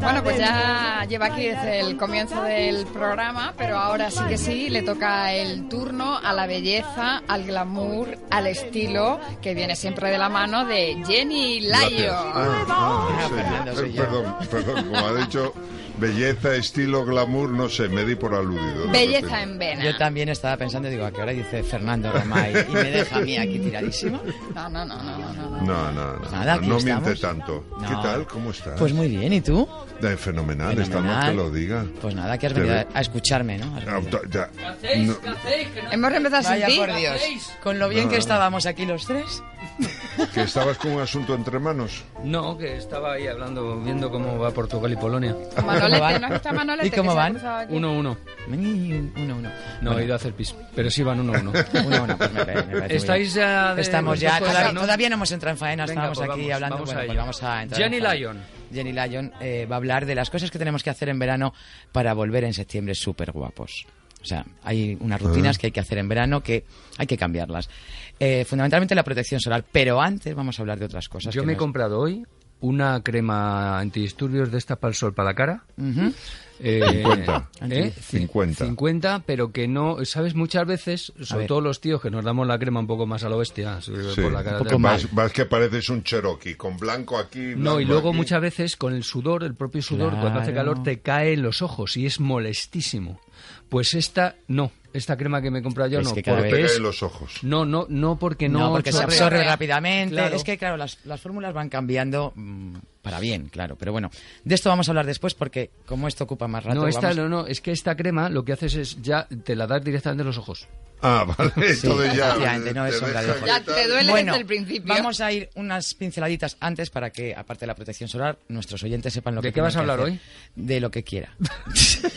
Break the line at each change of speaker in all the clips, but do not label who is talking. Bueno, pues ya lleva aquí desde el comienzo del programa, pero ahora sí que sí, le toca el turno a la belleza, al glamour, al estilo, que viene siempre de la mano de Jenny Layo.
Ah, ah, soy yo. Eh, perdón, perdón, como ha dicho, belleza, estilo, glamour, no sé, me di por aludido. de
Belleza
repente.
en
Yo
vena.
también estaba pensando, digo, ¿a qué hora dice Fernando Romay? Y me deja a mí aquí tiradísima.
No, no, no, no, no, no.
No, no, no.
Pues Nada, aquí
no
estamos.
miente tanto. ¿Qué
No.
tal? ¿Cómo estás?
Pues muy bien, ¿y tú?
Eh, fenomenal, esta
Fenomenal.
no te lo diga.
Pues nada, que has
Te
venido
ve-
a escucharme, ¿no? Has
Ah,
venido.
ta- ya. No,
Hemos empezado sin
Vaya
ti.
por Dios. Con lo bien que estábamos aquí los tres.
que estabas con un asunto entre manos.
No, que estaba ahí hablando, viendo cómo va Portugal y Polonia.
Manolete,
van?
¿no está Manolete?
¿Y cómo
que se ha
van?
cruzado aquí?
1-1.
Uno, uno.
No, he ido a hacer pis, pero sí van 1-1.
Uno, uno, pues me parece- me parece muy
Estáis
bien.
ya de-
Estamos ya.
Pues,
Todavía,
¿no?
todavía no hemos entrado en faena,
Venga,
estábamos
pues
aquí
vamos,
hablando.
vamos
bueno,
a
pues
ello.
vamos a entrar en
Jenny
faena.
Lyon.
Jenny Lyon eh, va a hablar de las cosas que tenemos que hacer en verano para volver en septiembre súper guapos. O sea, hay unas rutinas que hay que hacer en verano que hay que cambiarlas. Eh, fundamentalmente la protección solar, pero antes vamos a hablar de otras cosas.
Yo
que
me he
nos-
comprado hoy una crema antidisturbios de esta para el sol, para la cara.
Ujú.
Eh,
50.
¿eh?
50.
50, pero que no, sabes, muchas veces, sobre
ver.
todo los tíos que nos damos la crema un poco más a lo bestia, sobre-
Sí.
por la cara
Un poco
tal.
más.
Vas, vas que pareces un Cherokee, con blanco aquí.
No, y
blanco
luego
aquí.
muchas veces con el sudor, el propio sudor, cuando hace
Claro.
calor te cae en los ojos y es molestísimo. Pues esta no, esta crema que me he comprado yo
Es
no,
que cada
Porque
porque
te
vez-
caen
es-
los ojos.
no, no, no porque no,
No, porque se
chorrea.
absorbe rápidamente.
Claro.
Es que, claro, las, las fórmulas van cambiando mm, para bien, claro. Pero bueno, de esto vamos a hablar después porque como esto ocupa más rato...
No, esta,
vamos-
no, no, es que esta crema lo que haces es ya te la das directamente en los ojos.
Ah, vale. Entonces ya.
efectivamente, no
te
es sombra de
dejan
ojos.
y
Ya te
tal.
duele
Bueno,
desde el principio.
vamos a ir unas pinceladitas antes para que, aparte de la protección solar, nuestros oyentes sepan lo
¿De
que
qué
tienen
vas a
que
hablar
hacer.
hoy?
De lo que quiera.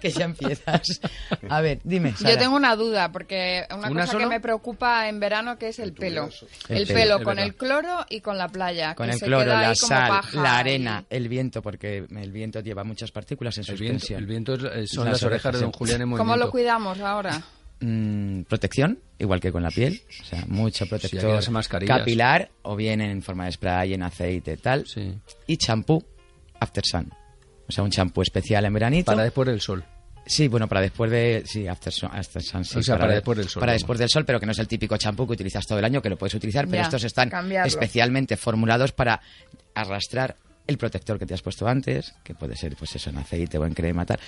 que ya empiezas. A ver, dime, Sara.
Yo tengo una duda, porque una,
¿Una
cosa
solo?
que me preocupa en verano que es el pelo. El,
El
pelo,
pelo,
es
con
verdad.
el cloro y con la playa.
Con
que
el
se
cloro,
queda ahí
la
como
sal,
paja
la
y-
arena, el viento, porque el viento lleva muchas partículas en
El viento,
suspensión.
el viento es- eh, son
Las
las, orejas de
orejas,
Don
sí.
Julián en
¿Cómo lo
movimiento.
cuidamos ahora?
mm, protección, igual que con la piel, o sea, mucho
hay que
protector
darse mascarillas.
capilar o bien en forma de spray, en aceite, tal,
Sí.
y champú After Sun. O sea, un champú especial en veranito.
Para después del sol.
Sí, bueno, para después de... Sí, After Sun, After Sun, sí,
O sea, para después del sol,
Para
vamos.
después del sol, pero que no es el típico champú que utilizas todo el año, que lo puedes utilizar, pero
Ya,
estos están
cambiarlo.
especialmente formulados para arrastrar el protector que te has puesto antes, que puede ser, pues eso, en aceite o en crema, tal,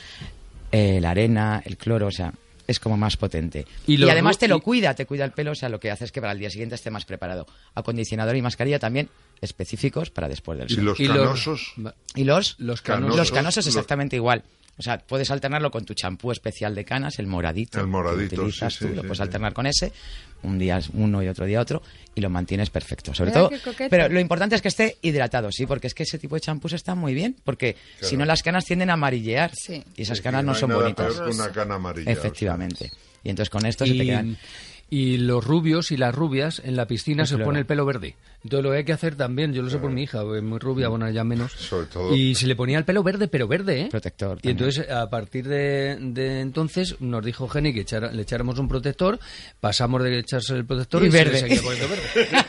eh, la arena, el cloro, o sea, es como más potente.
Y
Y,
lo
además
ru-
te
y-
lo cuida, te cuida el pelo, o sea, lo que hace es que para el día siguiente esté más preparado. Acondicionador y mascarilla también específicos para después del
Y
sol.
los
Y los-
canosos.
¿Y los?
Los
canosos.
Los canosos
Los-
exactamente igual. O sea, puedes alternarlo con tu champú especial de canas, el moradito.
El moradito,
que utilizas
sí, sí,
tú, Lo
sí,
puedes
sí.
alternar con ese. Un día es uno y otro día otro. Y lo mantienes perfecto. Sobre
Mira
todo.
qué coqueto.
Pero lo importante es que esté hidratado, sí, porque es que ese tipo de champús están muy bien. Porque si no, las canas tienden a amarillear.
Sí.
Y esas
Sí,
canas
que
no,
hay
son
nada
bonitas.
peor que una cana amarilla,
Efectivamente. Y entonces con esto se te
Y,
quedan.
y los rubios y las rubias en la piscina
El
se
cloro.
pone el pelo verde. Entonces lo que hay que hacer también, yo lo sé por mi hija, es muy rubia, bueno, ya menos.
Sobre todo-
Y se le ponía el pelo verde, pero verde, ¿eh?
Protector
Y
también.
entonces a partir de, de entonces nos dijo Jenny que echara- le echáramos un protector, pasamos de echarse el protector
Y
y, se le
verde.
seguía poniendo verde.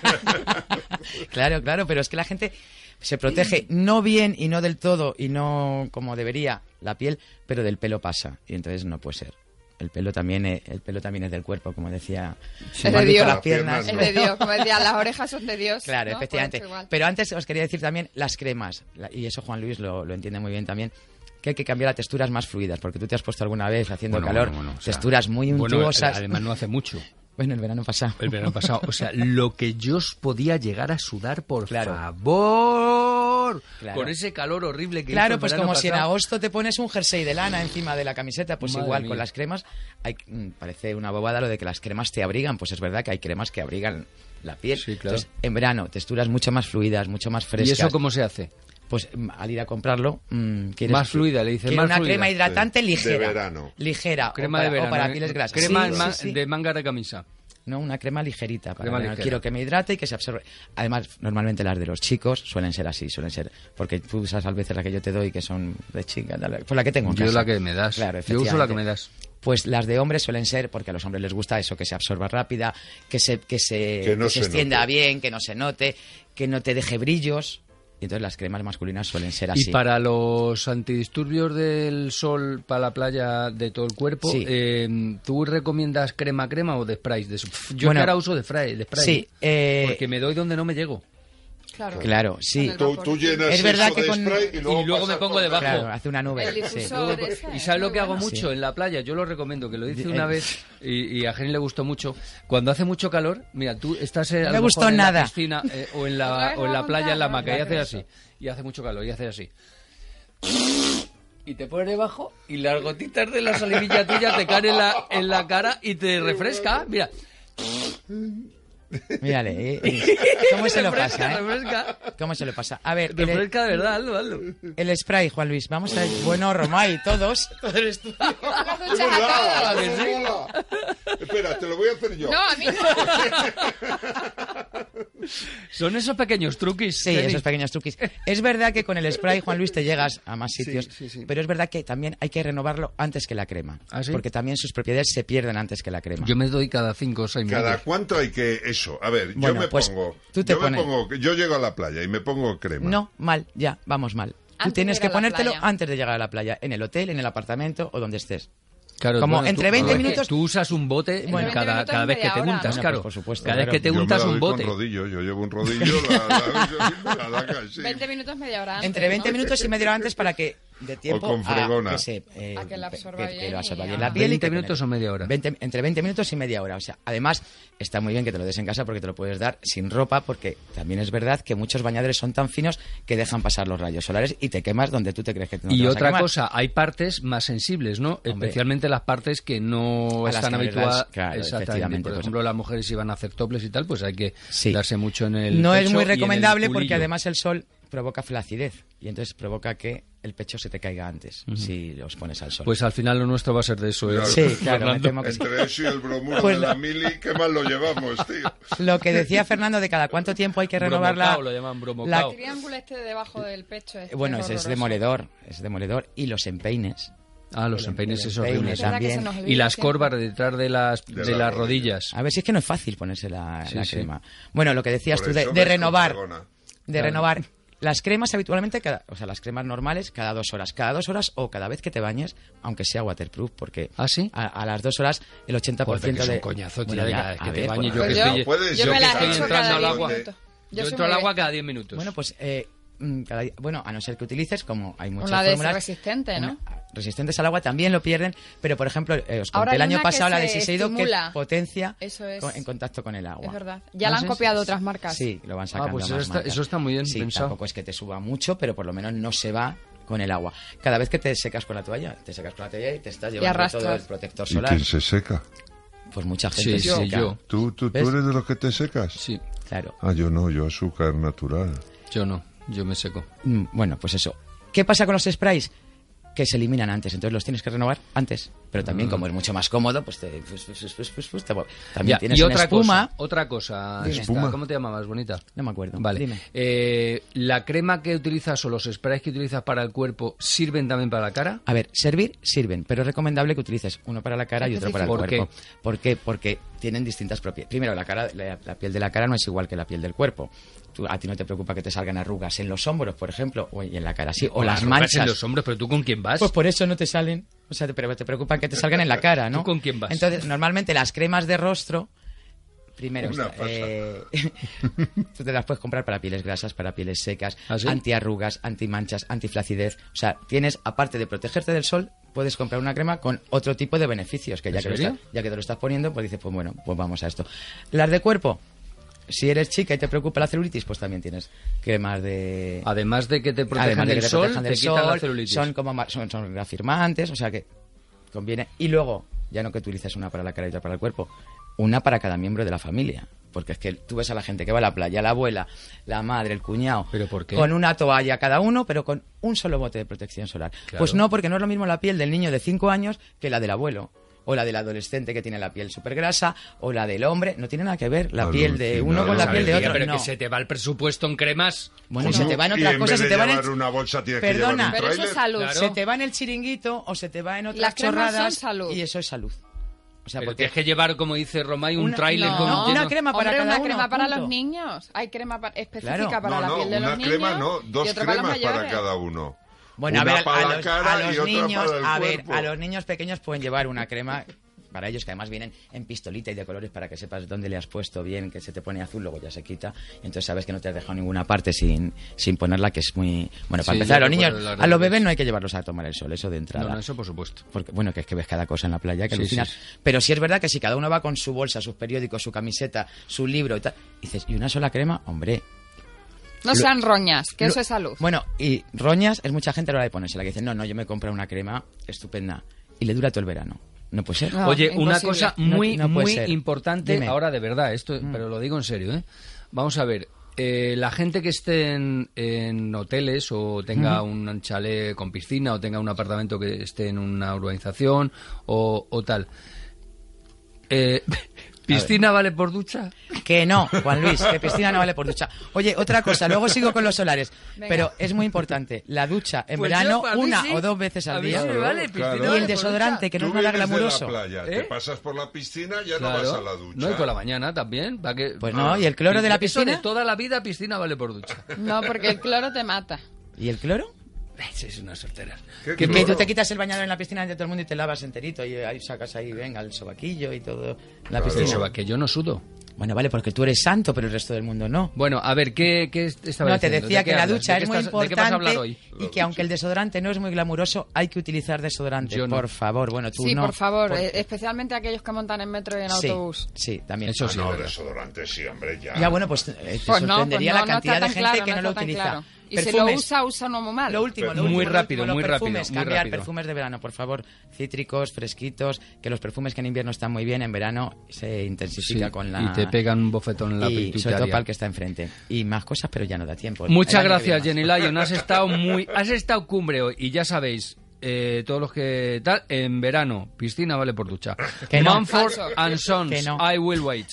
claro, claro, pero es que la gente se protege no bien y no del todo y no como debería la piel, pero del pelo pasa y entonces no puede ser. El pelo también es, el pelo también es del cuerpo, como decía.
Es de
Maldito
Dios.
las piernas.
Las
Es
piernas
de Dios, como decía, las orejas son de Dios.
Claro,
¿no?
efectivamente.
Pues igual.
Pero antes os quería decir también las cremas, la- y eso Juan Luis lo, lo entiende muy bien también, que hay que cambiar a texturas más fluidas, porque tú te has puesto alguna vez haciendo
Bueno,
calor,
bueno, bueno, o sea,
texturas muy
bueno,
untuosas.
además no hace mucho.
Bueno, el verano pasado.
El verano pasado. O sea, lo que yo os podía llegar a sudar, por
Claro.
favor.
Claro.
Con ese calor horrible que hizo
Claro,
el
pues
verano
como si en
pasado.
agosto te pones un jersey de lana encima de la camiseta, pues
Madre
igual
mía.
con las cremas. Hay, mm, parece una bobada lo de que las cremas te abrigan, pues es verdad que hay cremas que abrigan la piel.
Sí, claro.
Entonces, en verano, texturas mucho más fluidas, mucho más
¿Y
frescas.
eso cómo se hace?
Pues mm, al ir a comprarlo, mm, quieres-
Más fluida, le dices,
Quiero
más
una
fluida.
crema hidratante
Sí, de
ligera.
verano.
Ligera. o
Crema
para,
de verano.
o para
¿eh?
pieles grasas.
Crema
Sí,
en man-
sí, sí.
de manga de camisa.
No, una crema ligerita. Para
Crema
verano.
ligera.
Quiero que me hidrate y que se absorbe. Además, normalmente las de los chicos suelen ser así, suelen ser. Porque tú usas a veces la que yo te doy, que son de chica, tal, pues la que tengo. en
Yo
casa.
la que me das.
Claro,
Yo uso la que
efectivamente.
me das.
pues las de hombres suelen ser, porque a los hombres les gusta eso, que se absorba rápida, que se, que se,
Que no
que se
se
extienda
note.
bien, que no se note, que no te deje brillos. Y entonces las cremas masculinas suelen ser así.
Y para los antidisturbios del sol, para la playa de todo el cuerpo,
Sí.
eh, ¿tú recomiendas crema crema o de spray? De su- Pff, Yo
Bueno,
ahora uso de spray, de spray
sí, eh,
porque me doy donde no me llego.
Claro.
Claro, sí.
Con el
Tú,
vapor.
tú llenas
Es verdad
eso
que
de
con-
spray y
y
luego,
luego me
pasas
pongo
por-
debajo.
Claro, hace una nube.
El
sí.
difusor esa
pues, ¿Y
es
sabes lo
muy
que hago
buena.
mucho en la playa? Yo lo recomiendo, que lo hice
Eh,
una vez y, y a Jenny le gustó mucho. Cuando hace mucho calor, mira, tú estás eh, a
No
lo
me
mejor
gustó
en
nada.
la piscina eh, o en
Otra
la,
vez
o en
la
la playa, en la
montaña,
hamaca, y
la
haces así.
cresta.
Y hace mucho calor, y haces así. Y te pones debajo y las gotitas de la salivilla tuya te caen en la, en la cara y te refresca. Mira,
Mírale, eh, eh. ¿cómo se lo
refresca,
pasa? eh?
refresca.
¿Cómo se lo pasa? A ver, el,
Refresca de verdad, hazlo, hazlo.
el spray, Juan Luis, vamos a ver. Bueno, Romay, todos.
Las
Es
duchas a
verdad,
todos.
es verdad. Espera, te lo voy a hacer yo.
No, a mí no.
Son esos pequeños truquis.
Sí,
Jenny.
esos pequeños truquis. Es verdad que con el spray, Juan Luis, te llegas a más sitios, pero es verdad que también hay que renovarlo antes que la crema,
¿Ah, sí?
porque también sus propiedades se pierden antes que la crema.
Yo me doy cada cinco o seis
Cada
minutos.
cuánto hay que eso. A ver,
Bueno,
yo me
pues,
pongo.
tú te
yo me
pones-
pongo. Yo llego a la playa y me pongo crema.
No, mal, ya, vamos mal. Tú
Antes
tienes
de
que
ir a la
ponértelo
playa.
antes de llegar a la playa, en el hotel, en el apartamento o donde estés.
Claro,
Como
bueno,
entre 20
a ver,
minutos-
Tú usas un bote en
20
cada,
minutos
cada
y
vez que
media
te
hora,
untas,
¿no?
claro.
Bueno, por supuesto,
cada vez
claro.
que te
Yo me la
untas
doy
un bote.
Con rodillo, yo llevo un rodillo, la, la, la, la caja, sí.
20 minutos, media hora antes,
Entre 20
¿no?
minutos y media hora antes para que de tiempo
con fregona.
a que se eh,
A que la absorba
que- que
bien
lo absorba
y-
bien
ah.
la piel y
20
que tener-
minutos o media hora.
20 entre 20 minutos y media hora, o sea, además está muy bien que te lo des en casa porque te lo puedes dar sin ropa porque también es verdad que muchos bañadores son tan finos que dejan pasar los rayos solares y te quemas donde tú te crees que no te
y
vas a
otra
quemar.
cosa, hay partes más sensibles, ¿no?
Hombre.
Especialmente las partes que
A
no
las
están
que no les
habituadas.
das, claro,
Exactamente.
efectivamente,
Por
pues-
ejemplo, las mujeres si van a hacer toples y tal, pues hay que
Sí.
darse mucho en el
no es
pecho
muy
y en el
recomendable porque
culillo.
además el sol provoca flacidez y entonces provoca que el pecho se te caiga antes si los pones al sol.
Pues al final lo nuestro va a ser de eso. ¿eh?
Claro.
sí, claro, me
Fernando.
temo que sí.
Entre eso y el bromuro
Pues
de
no.
la mili, qué mal lo llevamos, tío.
Lo que decía Fernando de cada cuánto tiempo hay que renovar la,
Bromocao, lo llaman
la Eh,
bromocao.
El triángulo este debajo del pecho es
Bueno, ese es
horroroso.
demoledor, es demoledor. Y los empeines.
Ah, los
Los
empeines es
empeines
horrible.
Es verdad que se
también.
nos olvida
Y las
siempre.
corvas detrás de las,
De
de
la
las
rodilla.
rodillas.
A ver si es que no es fácil ponerse la,
Sí,
la
sí.
crema. Bueno, lo que decías
Por
tú de,
eso
de
ves con
renovar.
fregona.
De renovar. Las cremas habitualmente, cada- o sea, las cremas normales cada dos horas. Cada dos horas o cada vez que te bañes, aunque sea waterproof, porque
¿Ah, sí?
a, a las dos horas el 80%
Joder, que es
de...
un coñazo, tío,
Bueno,
de
ya,
cada vez
a
que te
ver,
bañes,
por-
yo que
Pues
estoy-
yo,
Puedes-
yo
yo
me
que
las
estoy
echo
entrando
cada
al
diez
agua.
minutos. Yo,
Yo,
soy
entro
muy
al agua
de-
cada 10 minutos.
Bueno, pues, eh, mm, cada día- bueno, a no ser que utilices, como hay muchas
Una de esas
fórmulas...
resistente, ¿no?
una- ah, resistentes al agua también lo pierden, pero por ejemplo, eh, os conté
Ahora hay
el año
una que
pasado la de
se
Shiseido que
estimula.
potencia
Eso es.
con- en contacto con el agua.
Es verdad. Ya la han
sé
copiado
si-
otras marcas.
Sí, lo van sacando.
Ah, pues eso
más
está-
marcas.
eso está muy bien
Sí,
pensado.
tampoco es que te suba mucho, pero por lo menos no se va con el agua. Cada vez que te secas con la toalla, te secas con la toalla y te estás llevando
arrastras.
todo el protector
¿Y
solar.
quién se seca?
Pues mucha
Sí,
gente
sí,
se seca.
yo.
¿Tú, tú, tú
¿Ves?
eres de los que te secas?
Sí,
Claro.
Ah, yo no, yo azúcar natural.
yo no, yo me seco.
Mm, Bueno, pues eso. ¿Qué pasa con los sprays? Que se eliminan antes, entonces los tienes que renovar antes. Pero
Mm.
también, como es mucho más cómodo, pues, te, pues, pues, pues, pues, pues, te- también
Ya,
tienes
y
una
otra
espuma.
cosa, otra cosa.
Dime.
esta,
Espuma.
¿Cómo te llamabas, bonita?
No me acuerdo.
Vale.
Dime.
Eh, la crema que utilizas o los sprays que utilizas para el cuerpo sirven también para la cara.
A ver, servir sirven, pero es recomendable que utilices uno para la cara y otro para el
¿Por qué?
cuerpo. ¿Por qué? Porque tienen distintas propiedades. Primero, la cara, la, la piel de la cara no es igual que la piel del cuerpo. Tú- a ti no te preocupa que te salgan arrugas en los hombros, por ejemplo, o en la cara, sí, o, las
arrugas
manchas.
en los hombros, pero tú con quién vas?
Pues por eso no te salen, o sea, te- pero te preocupa que te salgan en la cara, ¿no?
¿Tú con quién vas?
Entonces, normalmente las cremas de rostro, primero,
Una
está, eh, tú te las puedes comprar para pieles grasas, para pieles secas,
¿Ah, sí?
antiarrugas, antimanchas, antiflacidez. O sea, tienes, aparte de protegerte del sol, puedes comprar una crema con otro tipo de beneficios, que ya,
¿En
que, lo
serio?
estás, ya que te lo estás poniendo, pues dices, pues bueno, pues vamos a esto. Las de cuerpo. Si eres chica y te preocupa la celulitis, pues también tienes cremas de...
Además de que te protegen
eh, Además de
del
que te
sol,
protejan del
te quitan la
sol,
celulitis.
Son como ma- son, son afirmantes, o sea que conviene. Y luego, ya no que utilices una para la cara y otra para el cuerpo, una para cada miembro de la familia. Porque es que tú ves a la gente que va a la playa, la abuela, la madre, el cuñado,
¿Pero por qué?
con una toalla cada uno, pero con un solo bote de protección solar.
Claro.
Pues no, porque no es lo mismo la piel del niño de 5 años que la del abuelo. o la del adolescente que tiene la piel súper grasa, o la del hombre. No tiene nada que ver la piel de uno con la piel de otro.
Pero
no.
que se te va el presupuesto en cremas.
Bueno, y
Coño,
se te van
y
otras
en
cosas,
vez
se
de
te van
llevar una bolsa tienes que llevar un
Perdona,
Pero eso es
tráiler.
salud.
Claro.
se te va en el chiringuito o se te va en otras
Las cremas
chorradas
son salud.
y eso es salud. O sea,
Pero
porque
tienes que llevar, como dice Romay, un
Una-
tráiler
no.
con
No,
lleno-
una crema para
Hombre,
cada
una
uno,
crema para
punto.
los niños. Hay crema pa- específica
Claro.
para
no,
la
no,
piel de
una
los niños.
crema no, dos
y otra para los
cremas para
mayores.
cada uno.
Bueno,
una
a ver,
para
a
la
los,
cara
a los
y otra
niños,
para el
a ver,
cuerpo.
a los niños pequeños pueden llevar una crema para ellos que además vienen en pistolita y de colores para que sepas dónde le has puesto bien, que se te pone azul, luego ya se quita, y entonces sabes que no te has dejado ninguna parte sin, sin ponerla, que es muy... Bueno, para
Sí,
empezar, a
yo
los niños,
recuerdo las
a los
reuniones.
bebés no hay que llevarlos a tomar el sol, eso de entrada
No, no, eso por supuesto.
porque bueno que es que ves cada cosa en la playa que
Sí,
alucinas
sí, sí.
pero sí es verdad que si cada uno va con su bolsa sus periódicos su camiseta su libro y tal y dices y una sola crema hombre
No sean roñas, que
lo-
eso es salud.
bueno y roñas es mucha gente a la hora de ponerse la que dice no no yo me compro una crema estupenda y le dura todo el verano no puede ser
No,
Oye, una
imposible.
cosa
Ah, No-
muy,
no puede
muy
ser.
importante
Dime. Mm.
ahora de verdad, esto, pero lo digo en serio, ¿eh? Vamos a ver, eh, la gente que esté en, en hoteles o tenga un chalet con piscina o tenga un apartamento que esté en una urbanización o, o tal. Eh, ¿Piscina vale por ducha?
Que no, Juan Luis, que piscina no vale por ducha. Oye, otra cosa, luego sigo con los solares,
Venga.
pero es muy importante, la ducha en
Pues yo,
verano
para mí
una
sí.
o dos veces al
A mí
día.
sí me vale,
Claro.
piscina
Y el
vale por
desodorante,
ducha.
que no
Tú
es nada
vienes
glamuroso.
De la playa,
¿Eh?
Te pasas por la piscina, ya
Claro.
no vas a la ducha.
No, y por la mañana también. ¿para qué?
Pues no, ¿y el cloro de la
Eso
piscina?
toda la vida piscina vale por ducha.
No, porque el cloro te mata.
¿Y el cloro?
Es unas solteras.
¿Qué
Que
cloro?
tú te quitas el bañador en la piscina ante todo el mundo y te lavas enterito y ahí sacas ahí, venga, el sobaquillo y todo. La
Claro.
piscina.
Eso va, que yo no sudo.
Bueno, vale, porque tú eres santo, pero el resto del mundo no.
Bueno, a ver, ¿qué, qué est- estaba
No, te
diciendo?
decía
¿De qué
que la
hablas?
ducha
¿De qué
es muy
estás- ¿De qué vas a hablar hoy?
importante y que aunque el desodorante no es muy glamuroso, hay que utilizar desodorante,
Yo no.
por favor. Bueno, tú
Sí,
no.
por favor, eh, especialmente aquellos que montan en metro y en
Sí,
autobús.
sí, también.
Eso
Ah,
sí,
no,
es verdad.
desodorante sí, hombre, ya.
Ya, bueno, pues eh, te
Pues no, pues
sorprendería
no,
la
no
cantidad
está
de
tan
gente
claro,
que
no
no, lo
está tan
utiliza.
claro. Y si
Perfumes.
lo usa, usa uno muy mal.
Lo último,
Muy
lo último, lo
rápido,
último,
muy
los
rápido,
perfumes,
muy
cambiar
rápido.
perfumes de verano, por favor. Cítricos, fresquitos, que los perfumes que en invierno están muy bien, en verano se intensifica
Sí,
con la...
Y te pegan un bofetón en la
y sobre todo
pituitaria.
para el que está enfrente. Y más cosas, pero ya no da tiempo.
Muchas
El año que
gracias,
viene
Jenny Lyon. Has estado muy... Has estado cumbre hoy. Y ya sabéis, eh, todos los que... Tal, en verano, piscina vale por ducha.
Que no. Ah,
Manford
Falso.
and Sons,
Que no.
I will wait.